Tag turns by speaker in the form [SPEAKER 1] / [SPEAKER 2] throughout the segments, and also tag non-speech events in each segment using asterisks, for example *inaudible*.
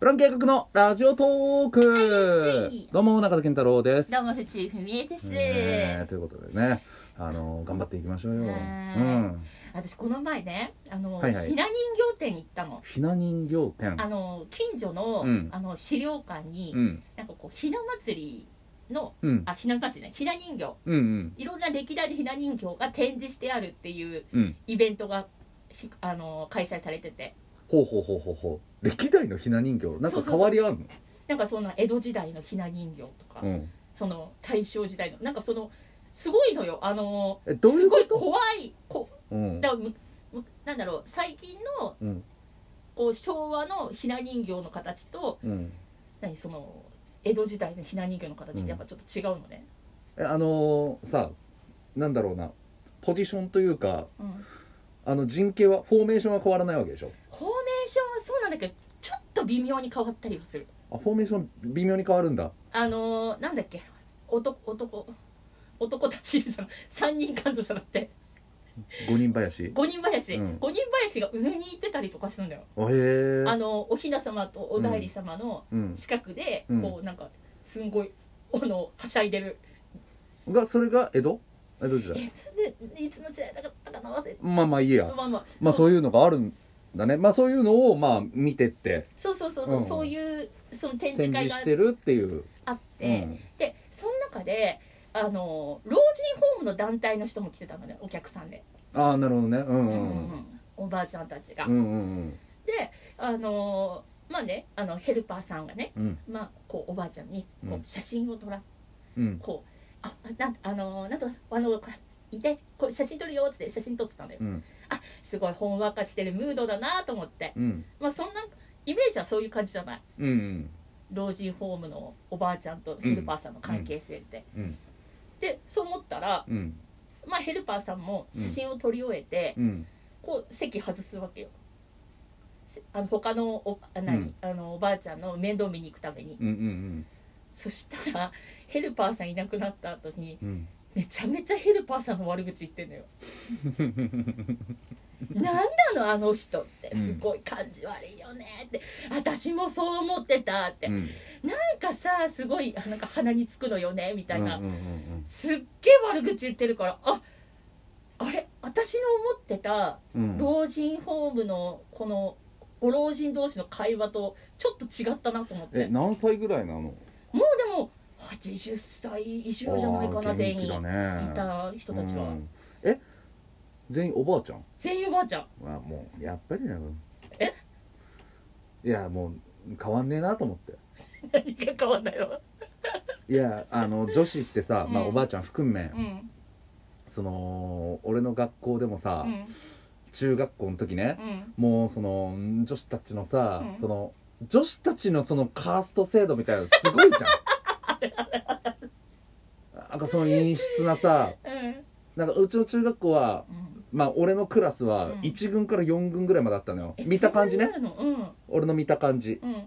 [SPEAKER 1] プラン計画のラジオトー
[SPEAKER 2] は
[SPEAKER 1] ク
[SPEAKER 2] いつい
[SPEAKER 1] どうも中田健太郎です
[SPEAKER 2] どうも、ふちふみえです、
[SPEAKER 1] えーということでねあの頑張っていきましょうよ、う
[SPEAKER 2] はーい
[SPEAKER 1] ん、
[SPEAKER 2] 私、この前ね、あの、
[SPEAKER 1] はいはい
[SPEAKER 2] ひな人形店行ったの。
[SPEAKER 1] ひな人形店
[SPEAKER 2] あの、近所の、
[SPEAKER 1] うん
[SPEAKER 2] あの、資料館に、
[SPEAKER 1] うん
[SPEAKER 2] なんかこう、ひな祭りの、
[SPEAKER 1] うん
[SPEAKER 2] あ、ひな祭りね、ひな人形。
[SPEAKER 1] うんうん
[SPEAKER 2] いろんな歴代のひな人形が展示してあるっていう
[SPEAKER 1] うん
[SPEAKER 2] イベントが、ひあの、開催されてて。
[SPEAKER 1] ほうほうほうほうほう歴代のひな人形なんか
[SPEAKER 2] そうそうそう
[SPEAKER 1] 変わりあんの
[SPEAKER 2] なんかそんな江戸時代のひな人形とか、
[SPEAKER 1] うん
[SPEAKER 2] その大正時代の、なんかその、すごいのよ。あの、
[SPEAKER 1] えどういうこ
[SPEAKER 2] すごい
[SPEAKER 1] と
[SPEAKER 2] 怖い、こ
[SPEAKER 1] うん
[SPEAKER 2] だからむむなんだろう最近の
[SPEAKER 1] うん
[SPEAKER 2] こう昭和のひな人形の形と
[SPEAKER 1] うん
[SPEAKER 2] 何その江戸時代のひな人形の形ってやっぱちょっと違うのね、
[SPEAKER 1] えあのーさなんだろうなポジションというか
[SPEAKER 2] うん
[SPEAKER 1] あの陣形はフォーメーションは変わらないわけでしょ
[SPEAKER 2] フォーメーションはそうなんだけどちょっと微妙に変わったりはする
[SPEAKER 1] あフォーメーション微妙に変わるんだ
[SPEAKER 2] あのーなんだっけ男男男たちいるじゃん3人 *laughs* 間とじゃなくて
[SPEAKER 1] 五人林
[SPEAKER 2] 5人林、
[SPEAKER 1] うん
[SPEAKER 2] 五5人林が上に行ってたりとかするんだよ、
[SPEAKER 1] あへえ
[SPEAKER 2] あのお雛様とお内裏様の
[SPEAKER 1] うん
[SPEAKER 2] 近くで、
[SPEAKER 1] うん
[SPEAKER 2] こうなんかすんごいあのはしゃいでる
[SPEAKER 1] がそれが江戸江戸時代
[SPEAKER 2] えでいつの時代だったかな忘れて
[SPEAKER 1] まあまあいいや
[SPEAKER 2] まあまあ、
[SPEAKER 1] まあ
[SPEAKER 2] そ
[SPEAKER 1] そうういうのがあるんだねまあそういうのをまあ見てって
[SPEAKER 2] そうそうそうそう,、
[SPEAKER 1] うん
[SPEAKER 2] そういうその展
[SPEAKER 1] 展
[SPEAKER 2] 示会
[SPEAKER 1] 示
[SPEAKER 2] が
[SPEAKER 1] してるっていう、
[SPEAKER 2] あっ
[SPEAKER 1] う
[SPEAKER 2] て、
[SPEAKER 1] ん、
[SPEAKER 2] でその中であの老人ホームの団体の人も来てたのねお客さんで、
[SPEAKER 1] ああなるほどねうんう
[SPEAKER 2] うんんうんおばあちゃんたちが、
[SPEAKER 1] うんうんうん
[SPEAKER 2] であのまあねあのヘルパーさんがね
[SPEAKER 1] うん
[SPEAKER 2] まあこうおばあちゃんに
[SPEAKER 1] う
[SPEAKER 2] こうん写真を撮ら
[SPEAKER 1] うん
[SPEAKER 2] こうあなんあのなんとあのこいてこう写真撮るよっつって写真撮ってたのよ
[SPEAKER 1] うん
[SPEAKER 2] すごいほんわかしてるムードだなと思って
[SPEAKER 1] うん
[SPEAKER 2] まあそんなイメージはそういう感じじゃない
[SPEAKER 1] うん
[SPEAKER 2] 老人ホームのおばあちゃんとヘルパーさんの関係性って、
[SPEAKER 1] うん
[SPEAKER 2] でそう思ったら、
[SPEAKER 1] うん
[SPEAKER 2] まあ、ヘルパーさんも写真を撮り終えて、
[SPEAKER 1] うん
[SPEAKER 2] こう席外すわけよせあの他のおあ何、
[SPEAKER 1] うん
[SPEAKER 2] あのおばあちゃんの面倒見に行くために、
[SPEAKER 1] うんうん
[SPEAKER 2] そしたらヘルパーさんいなくなった後に
[SPEAKER 1] うんうん
[SPEAKER 2] めちゃめちゃヘルパーさんの悪口言ってんのよなんなのあの人って
[SPEAKER 1] うん
[SPEAKER 2] すごい感じ悪いよねって、私もそう思ってたって、
[SPEAKER 1] うん
[SPEAKER 2] なんかさすごいあなんか鼻につくのよねみたいな、
[SPEAKER 1] うんうんうん
[SPEAKER 2] すっげえ悪口言ってるからああれ私の思ってた
[SPEAKER 1] うんうん
[SPEAKER 2] 老人ホームのこのご老人同士の会話とちょっと違ったなと思って
[SPEAKER 1] え
[SPEAKER 2] も
[SPEAKER 1] 何歳ぐらいなの
[SPEAKER 2] うでも80歳以上じゃないか
[SPEAKER 1] あ
[SPEAKER 2] な
[SPEAKER 1] ー元
[SPEAKER 2] 全員
[SPEAKER 1] 気
[SPEAKER 2] い
[SPEAKER 1] だね
[SPEAKER 2] た人たちは、
[SPEAKER 1] うんえ全員おばあちゃん
[SPEAKER 2] 全員おばあちゃん *laughs*
[SPEAKER 1] まあもうやっぱりね
[SPEAKER 2] え
[SPEAKER 1] いやもう変わんねえなと思って
[SPEAKER 2] 何が変わんないわ
[SPEAKER 1] いやあの女子ってさ、まあ、
[SPEAKER 2] うん
[SPEAKER 1] おばあちゃん含め、
[SPEAKER 2] うん
[SPEAKER 1] その俺の学校でも
[SPEAKER 2] う
[SPEAKER 1] さ、
[SPEAKER 2] ん
[SPEAKER 1] 中学校の時ね
[SPEAKER 2] う、ん
[SPEAKER 1] もうその女子たちのさ、
[SPEAKER 2] うん
[SPEAKER 1] その女子たちのそのカースト制度みたいなのすごい
[SPEAKER 2] *laughs*
[SPEAKER 1] じゃんなんかその陰湿なさ
[SPEAKER 2] うん
[SPEAKER 1] なんかうちの中学校は
[SPEAKER 2] うん
[SPEAKER 1] まあ俺のクラスは
[SPEAKER 2] うん
[SPEAKER 1] 1軍から4軍ぐらいまであったのよ、
[SPEAKER 2] え
[SPEAKER 1] 見た感じね
[SPEAKER 2] そんなになるの
[SPEAKER 1] 俺の見た感じ
[SPEAKER 2] うんうん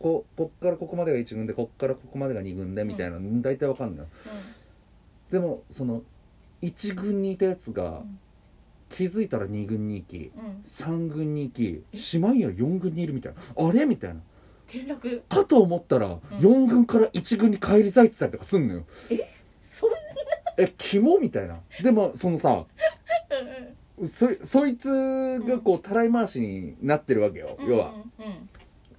[SPEAKER 1] ここっからここまでが1軍でこっからここまでが2軍でみたいな、大体わかんないでもその1軍にいたやつが
[SPEAKER 2] うん
[SPEAKER 1] 気づいたら2軍に行き
[SPEAKER 2] うんうん
[SPEAKER 1] 3軍に行きしまいや4軍にいるみたいなあれみたいな
[SPEAKER 2] 転落
[SPEAKER 1] かと思ったら4軍から1軍に返り咲いてたりとかすんのよ
[SPEAKER 2] それ
[SPEAKER 1] えキモみたいなでもそのさ
[SPEAKER 2] うん
[SPEAKER 1] そそいつがこうたらい回しになってるわけよ、
[SPEAKER 2] うん
[SPEAKER 1] 要は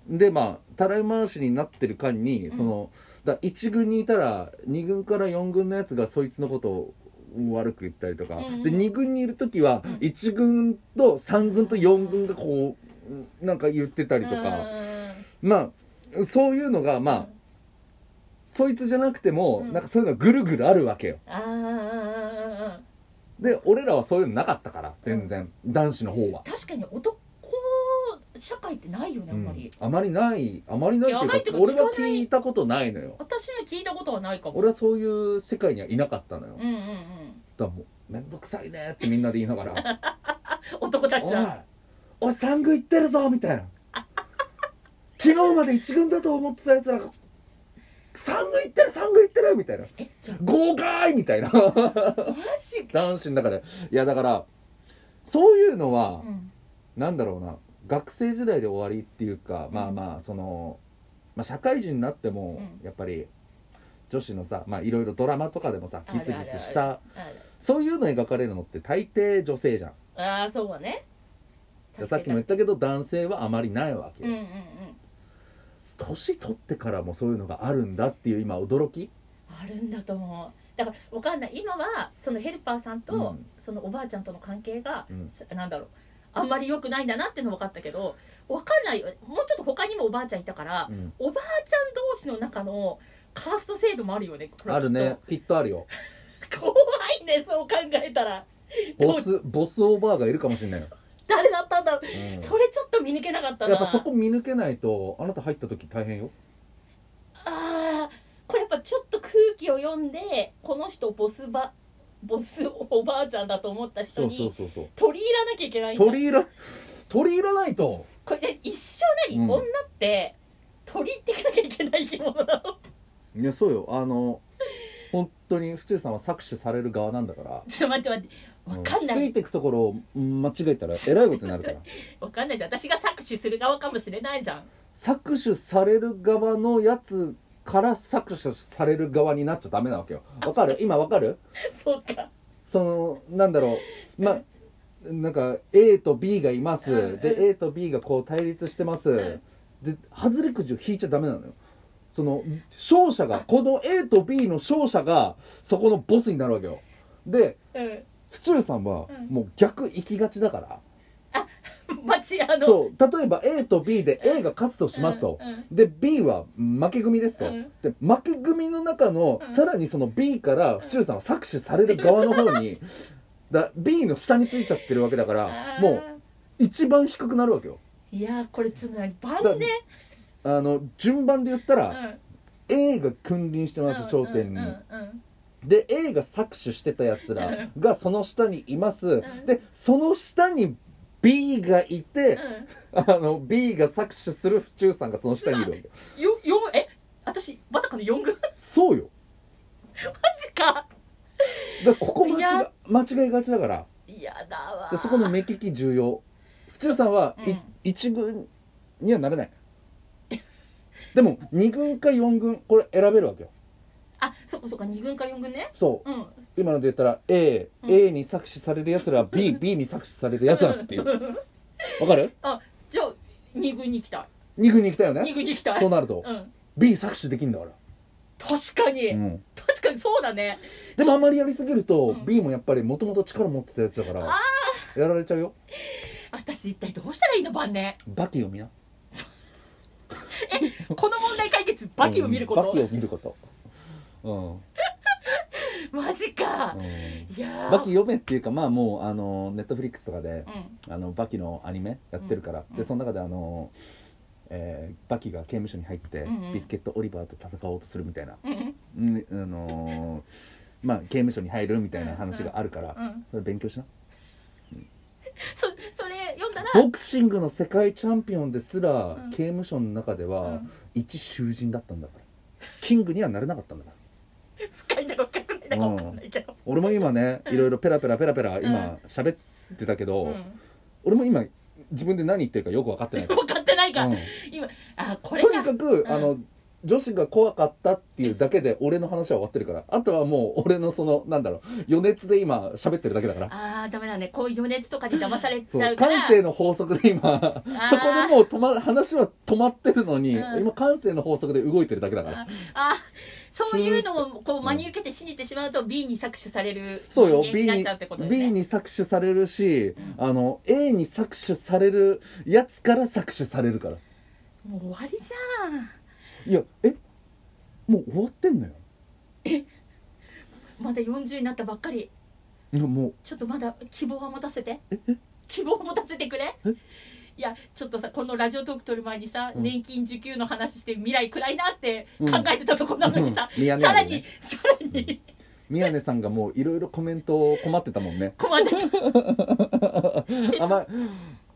[SPEAKER 2] うん
[SPEAKER 1] でまあたらい回しになってる間に
[SPEAKER 2] うん
[SPEAKER 1] その、だ1軍にいたら2軍から4軍のやつがそいつのことを悪く言ったりとか、
[SPEAKER 2] うんうん
[SPEAKER 1] で2軍にいる時は
[SPEAKER 2] うん
[SPEAKER 1] 1軍と3軍と4軍がこうなんか言ってた
[SPEAKER 2] う
[SPEAKER 1] り
[SPEAKER 2] ん
[SPEAKER 1] と
[SPEAKER 2] う
[SPEAKER 1] か、
[SPEAKER 2] ん
[SPEAKER 1] まあそういうのがまあ、そいつじゃなくても、
[SPEAKER 2] うん
[SPEAKER 1] なんかそういうのがぐるぐるあるわけよ
[SPEAKER 2] ああ
[SPEAKER 1] で俺らはそういうのなかったから全然、男子の方は。
[SPEAKER 2] 確かに男社会ってないよねあんまり、
[SPEAKER 1] うんあまりないあまりない
[SPEAKER 2] いやあまりっ
[SPEAKER 1] って
[SPEAKER 2] てい
[SPEAKER 1] いうう
[SPEAKER 2] か
[SPEAKER 1] か俺は
[SPEAKER 2] 聞かない
[SPEAKER 1] 聞いたことないのよ
[SPEAKER 2] 私は聞いたことはないかも
[SPEAKER 1] 俺はそういう世界にはいなかったのよ、
[SPEAKER 2] うんうんうん
[SPEAKER 1] だからもう面倒くさいねってみんなで言いなが
[SPEAKER 2] *laughs*
[SPEAKER 1] ら「
[SPEAKER 2] 男たち
[SPEAKER 1] おい
[SPEAKER 2] は
[SPEAKER 1] おい3軍行ってるぞ」みたいな「昨日まで1軍だと思ってたやつらが3軍行ってる3軍行ってる」みたいな
[SPEAKER 2] えじゃ
[SPEAKER 1] 「豪快!」みたいな *laughs*
[SPEAKER 2] あマジか
[SPEAKER 1] 男子の中でいやだからそういうのは
[SPEAKER 2] うん
[SPEAKER 1] なんだろうな学生時代で終わりっていうか、
[SPEAKER 2] ん
[SPEAKER 1] まあまあその、まあ、社会人になっても
[SPEAKER 2] うん
[SPEAKER 1] やっぱり女子のさまあいろいろドラマとかでもさ
[SPEAKER 2] ある
[SPEAKER 1] ギ
[SPEAKER 2] あ
[SPEAKER 1] ス
[SPEAKER 2] る
[SPEAKER 1] ギ
[SPEAKER 2] ある
[SPEAKER 1] スした
[SPEAKER 2] あ
[SPEAKER 1] そういうの描かれるのって大抵女性じゃん
[SPEAKER 2] ああそうだね
[SPEAKER 1] でさっきも言ったけど男性はあまりないわけ
[SPEAKER 2] うん
[SPEAKER 1] よ、
[SPEAKER 2] うんうん
[SPEAKER 1] 年取ってからもそういうのがあるんだっていう今驚き
[SPEAKER 2] あるんだと思うだからわかんない今はそのヘルパーさんと、
[SPEAKER 1] うん
[SPEAKER 2] そのおばあちゃんとの関係が、
[SPEAKER 1] うん
[SPEAKER 2] なんだろうあんまり良くないんだなっていうの分かったけど分かんないよもうちょっと他にもおばあちゃんいたから、
[SPEAKER 1] うん
[SPEAKER 2] おばあちゃん同士の中のカースト制度もあるよねこれ
[SPEAKER 1] あるねきっとある
[SPEAKER 2] *laughs*
[SPEAKER 1] よ
[SPEAKER 2] きっと怖いねそう考えたら
[SPEAKER 1] ボスボスオーバーがいるかもしれないよ、
[SPEAKER 2] 誰だったんだろう、
[SPEAKER 1] うん
[SPEAKER 2] それちょっと見抜けなかったな
[SPEAKER 1] やっぱそこ見抜けないとあなた入った時大変よ
[SPEAKER 2] ああこれやっぱちょっと空気を読んでこの人ボスばボスおばあちゃんだと思った人
[SPEAKER 1] そう
[SPEAKER 2] に
[SPEAKER 1] そうそうそう
[SPEAKER 2] 取り入らなきゃいけないんだ
[SPEAKER 1] 取り入ら取り入らないと
[SPEAKER 2] これね一生何、
[SPEAKER 1] うん
[SPEAKER 2] 女って取り入っていかなきゃいけない生き物なの *laughs*
[SPEAKER 1] いやそうよあの本当に府中さんは搾取される側なんだから
[SPEAKER 2] ちょっと待って待ってわかんな
[SPEAKER 1] つ
[SPEAKER 2] い
[SPEAKER 1] いてくところをうん間違えたらえらいことになるから
[SPEAKER 2] わかんないじゃん私が搾取する側かもしれないじゃん *laughs*
[SPEAKER 1] 搾取される側のやつから搾取される側になっちゃダメなわけよわかる今わかる
[SPEAKER 2] そうか
[SPEAKER 1] そのなんだろうまなんか A と B がいます、
[SPEAKER 2] うんうん
[SPEAKER 1] で A と B がこう対立してます、
[SPEAKER 2] ん
[SPEAKER 1] で外れくじを引いちゃダメなのよその勝者がこの A と B の勝者がそこのボスになるわけよで
[SPEAKER 2] うん
[SPEAKER 1] 府中さんは
[SPEAKER 2] うん
[SPEAKER 1] もう逆行きがちだから、
[SPEAKER 2] 町屋の
[SPEAKER 1] そう例えば A と B で A が勝つとしますと、
[SPEAKER 2] うんうん
[SPEAKER 1] で B は負け組ですと、
[SPEAKER 2] うん
[SPEAKER 1] で負け組の中の、
[SPEAKER 2] うん
[SPEAKER 1] さらにその B から府中さんは搾取される側の方
[SPEAKER 2] *laughs*
[SPEAKER 1] に、だ B の下についちゃってるわけだから
[SPEAKER 2] あー
[SPEAKER 1] もう一番低くなるわけよ
[SPEAKER 2] いやーこれちょっと何晩ね
[SPEAKER 1] あの順番で言った
[SPEAKER 2] う
[SPEAKER 1] ら、
[SPEAKER 2] ん
[SPEAKER 1] A が君臨してます頂点に、
[SPEAKER 2] うんうん
[SPEAKER 1] で A が搾取してたやつらがその下にいます、
[SPEAKER 2] ん
[SPEAKER 1] でその下に B がいて
[SPEAKER 2] うん、うん
[SPEAKER 1] あの B が搾取する府中さんがその下にいるわけよ
[SPEAKER 2] よよえ私まさかの4軍マ
[SPEAKER 1] そうよ
[SPEAKER 2] ジか
[SPEAKER 1] だからここ間
[SPEAKER 2] い
[SPEAKER 1] 違
[SPEAKER 2] や
[SPEAKER 1] 間違いがちだから
[SPEAKER 2] 嫌だわ
[SPEAKER 1] でそこの目利き重要府中さんは、い
[SPEAKER 2] うん
[SPEAKER 1] 一軍にはなれないでも2軍か4軍これ選べるわけよ
[SPEAKER 2] あそっかそっか2軍か4軍ね
[SPEAKER 1] そう
[SPEAKER 2] うん
[SPEAKER 1] 今ので言ったら A、
[SPEAKER 2] うん
[SPEAKER 1] A に搾取されるやつら BB に搾取されるやつらっていうわかる
[SPEAKER 2] あじゃあ2軍に行きた
[SPEAKER 1] ?2 軍に行きたいよ
[SPEAKER 2] い2
[SPEAKER 1] ね
[SPEAKER 2] 軍に行きたい
[SPEAKER 1] そうなると、
[SPEAKER 2] うん
[SPEAKER 1] B 搾取できんだから、
[SPEAKER 2] 確かに、
[SPEAKER 1] うん
[SPEAKER 2] 確かにそうだね
[SPEAKER 1] でもあまりやりすぎると、
[SPEAKER 2] うん
[SPEAKER 1] B もやっぱりもともと力持ってたやつだからやられちゃうよ
[SPEAKER 2] 私一体どうしたらいいの晩ね
[SPEAKER 1] バキを見な
[SPEAKER 2] この問題解決バキを見ること、
[SPEAKER 1] うんバキを見ることうん
[SPEAKER 2] マジか、
[SPEAKER 1] うん
[SPEAKER 2] いやー
[SPEAKER 1] バキ読めっていうかまあもうあのネットフリックスとかで
[SPEAKER 2] うん
[SPEAKER 1] あのバキのアニメやってるから、
[SPEAKER 2] うん
[SPEAKER 1] でその中であの、えーバキが刑務所に入って、
[SPEAKER 2] うんうん
[SPEAKER 1] ビスケット・オリバーと戦おうとするみたいな、
[SPEAKER 2] うん
[SPEAKER 1] うんあのーまあ刑務所に入るみたいな話があるから、
[SPEAKER 2] うん
[SPEAKER 1] それ勉強しな
[SPEAKER 2] そそれ読んだら
[SPEAKER 1] ボクシングの世界チャンピオンですら、
[SPEAKER 2] うん
[SPEAKER 1] 刑務所の中では、
[SPEAKER 2] うん
[SPEAKER 1] 一囚人だったんだからキングにはなれなかったんだから
[SPEAKER 2] 深いんだか深くないんだか分かんないけど、
[SPEAKER 1] 俺も今ねいろいろペラペラペラペラ今喋ってたけど、
[SPEAKER 2] うん
[SPEAKER 1] 俺も今自分で何言ってるかよく分かってないから
[SPEAKER 2] 分かってないか、
[SPEAKER 1] うん
[SPEAKER 2] 今あこれ
[SPEAKER 1] とに
[SPEAKER 2] か
[SPEAKER 1] かく、
[SPEAKER 2] ん
[SPEAKER 1] あの女子が怖かったっていうだけで俺の話は終わってるからあとはもう俺のそのなんだろう余熱で今喋ってるだけだから
[SPEAKER 2] あーダメだねこういう余熱とかに騙され
[SPEAKER 1] そ
[SPEAKER 2] ちゃ
[SPEAKER 1] う
[SPEAKER 2] うから
[SPEAKER 1] 感性の法則で今そこでもう止ま話は止まってるのに、
[SPEAKER 2] うん
[SPEAKER 1] 今感性の法則で動いてるだけだから
[SPEAKER 2] ああそういうのをこう真に受けて信じてしまうと B に搾取される
[SPEAKER 1] そうよ
[SPEAKER 2] 人間
[SPEAKER 1] B
[SPEAKER 2] になっ
[SPEAKER 1] に
[SPEAKER 2] ちゃうってことだよ
[SPEAKER 1] B
[SPEAKER 2] ね
[SPEAKER 1] に搾取されるしあの A に搾取されるやつから搾取されるから
[SPEAKER 2] もう終わりじゃん
[SPEAKER 1] いやえもう終わってんのよ
[SPEAKER 2] まだ40になったばっかり
[SPEAKER 1] いやもう
[SPEAKER 2] ちょっとまだ希望は持たせて希望を持たせてくれいやちょっとさこのラジオトーク撮る前にさ、
[SPEAKER 1] うん
[SPEAKER 2] 年金受給の話して未来暗いなって
[SPEAKER 1] うん
[SPEAKER 2] 考えてたとこなのにさ、
[SPEAKER 1] うん宮根
[SPEAKER 2] さら
[SPEAKER 1] は
[SPEAKER 2] に、
[SPEAKER 1] ね
[SPEAKER 2] さらに
[SPEAKER 1] 宮根さんがもういろいろコメントを困ってたもんね
[SPEAKER 2] 困ってた
[SPEAKER 1] あま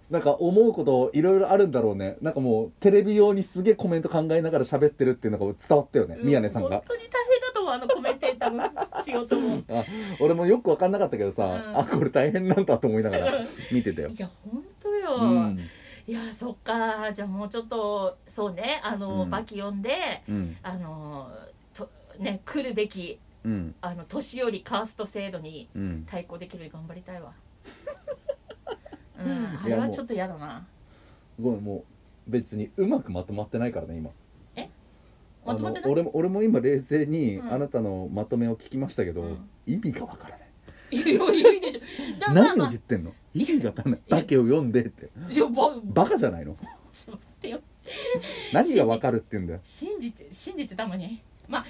[SPEAKER 1] なんか思うこといろいろあるんだろうねなんかもうテレビ用にすげえコメント考えながら喋ってるっていうのが伝わったよね *laughs* 宮根さん
[SPEAKER 2] う
[SPEAKER 1] が
[SPEAKER 2] 本当に大変だと思うあのコメンテーターの仕事
[SPEAKER 1] *laughs*
[SPEAKER 2] も
[SPEAKER 1] あ俺もよく分かんなかったけどさ、
[SPEAKER 2] うん *laughs*
[SPEAKER 1] あこれ大変なんだと思いながら見てたよ
[SPEAKER 2] いや本当よ、
[SPEAKER 1] うん
[SPEAKER 2] いいやそっかじゃあもうちょっとそうねあの、
[SPEAKER 1] うん
[SPEAKER 2] バキ読んで
[SPEAKER 1] うん
[SPEAKER 2] あのとね来るべき
[SPEAKER 1] うん
[SPEAKER 2] あの年寄りカースト制度に
[SPEAKER 1] うん
[SPEAKER 2] 対抗できるように頑張りたいわうんあ
[SPEAKER 1] い
[SPEAKER 2] れ
[SPEAKER 1] やも
[SPEAKER 2] は
[SPEAKER 1] う
[SPEAKER 2] ちょっと嫌だな
[SPEAKER 1] ごめんもう別にうまくまとまってないからね今
[SPEAKER 2] まとまって
[SPEAKER 1] あ
[SPEAKER 2] な
[SPEAKER 1] の
[SPEAKER 2] い
[SPEAKER 1] 俺も俺も今冷静に
[SPEAKER 2] うん
[SPEAKER 1] あなたのまとめを聞きましたけど、
[SPEAKER 2] うん
[SPEAKER 1] 意味がわからない
[SPEAKER 2] いやいやいやいいでしょだからまあ
[SPEAKER 1] 何
[SPEAKER 2] ま
[SPEAKER 1] を
[SPEAKER 2] あ
[SPEAKER 1] 言ってんの意味がわからないだけを読んでって
[SPEAKER 2] ちょぼちょっ
[SPEAKER 1] バカじゃないの
[SPEAKER 2] と待ってよ
[SPEAKER 1] 何がわかるって言うんだよ
[SPEAKER 2] 信じて信じてたまにまあ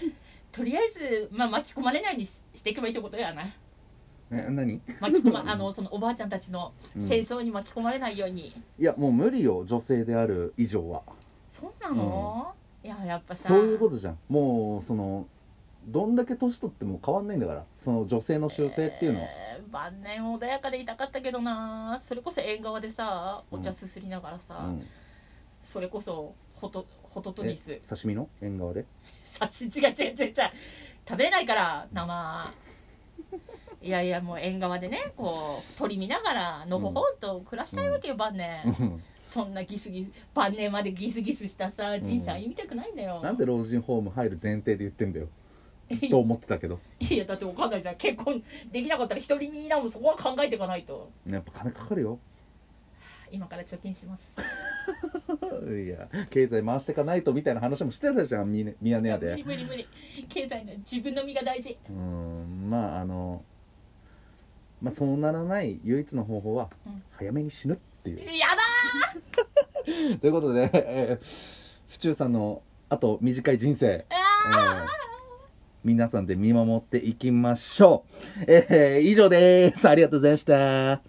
[SPEAKER 2] とりあえず、まあ、巻き込まれないようにししていけばいいってことやな
[SPEAKER 1] え何、
[SPEAKER 2] 巻き込まあのそのおばあちゃんたちの
[SPEAKER 1] うん
[SPEAKER 2] 戦争に巻き込まれないように、
[SPEAKER 1] いやもう無理よ女性である以上は
[SPEAKER 2] そうなの、いややっぱさ
[SPEAKER 1] そういうことじゃんもうそのどんだけ年取っても変わんないんだからその女性の習性っていうのは、
[SPEAKER 2] えー晩年穏やかでいたかったけどなそれこそ縁側でさお茶すすりながらさ、
[SPEAKER 1] うん、
[SPEAKER 2] それこそホトホトトギス
[SPEAKER 1] え刺身の縁側で
[SPEAKER 2] さし違う違う違う違う食べれないから生いやいやもう縁側でねこう鳥見ながらのほほんと暮らしたいわけよ、晩年、
[SPEAKER 1] うん
[SPEAKER 2] そんなギスギス晩年までギスギスしたさ人生
[SPEAKER 1] うん
[SPEAKER 2] 歩みたくないんだよ、
[SPEAKER 1] なんで老人ホーム入る前提で言ってんだよずっと思ってたけど
[SPEAKER 2] いやだってわかんないじゃん結婚できなかったら一人身なもんそこは考えていかないと
[SPEAKER 1] やっぱ金かかるよ
[SPEAKER 2] 今から貯金します
[SPEAKER 1] いや経済回していかないとみたいな話もしてたじゃんミネミヤネ屋
[SPEAKER 2] 無
[SPEAKER 1] で
[SPEAKER 2] 理無理無理経済の自分の身が大事
[SPEAKER 1] うーんまああのまあそうならない唯一の方法は
[SPEAKER 2] うん
[SPEAKER 1] 早めに死ぬっていう、
[SPEAKER 2] やだ
[SPEAKER 1] ということで、えー、府中さんのあと短い人生、
[SPEAKER 2] あ
[SPEAKER 1] えー皆さんで見守っていきましょう、えー以上ですありがとうございました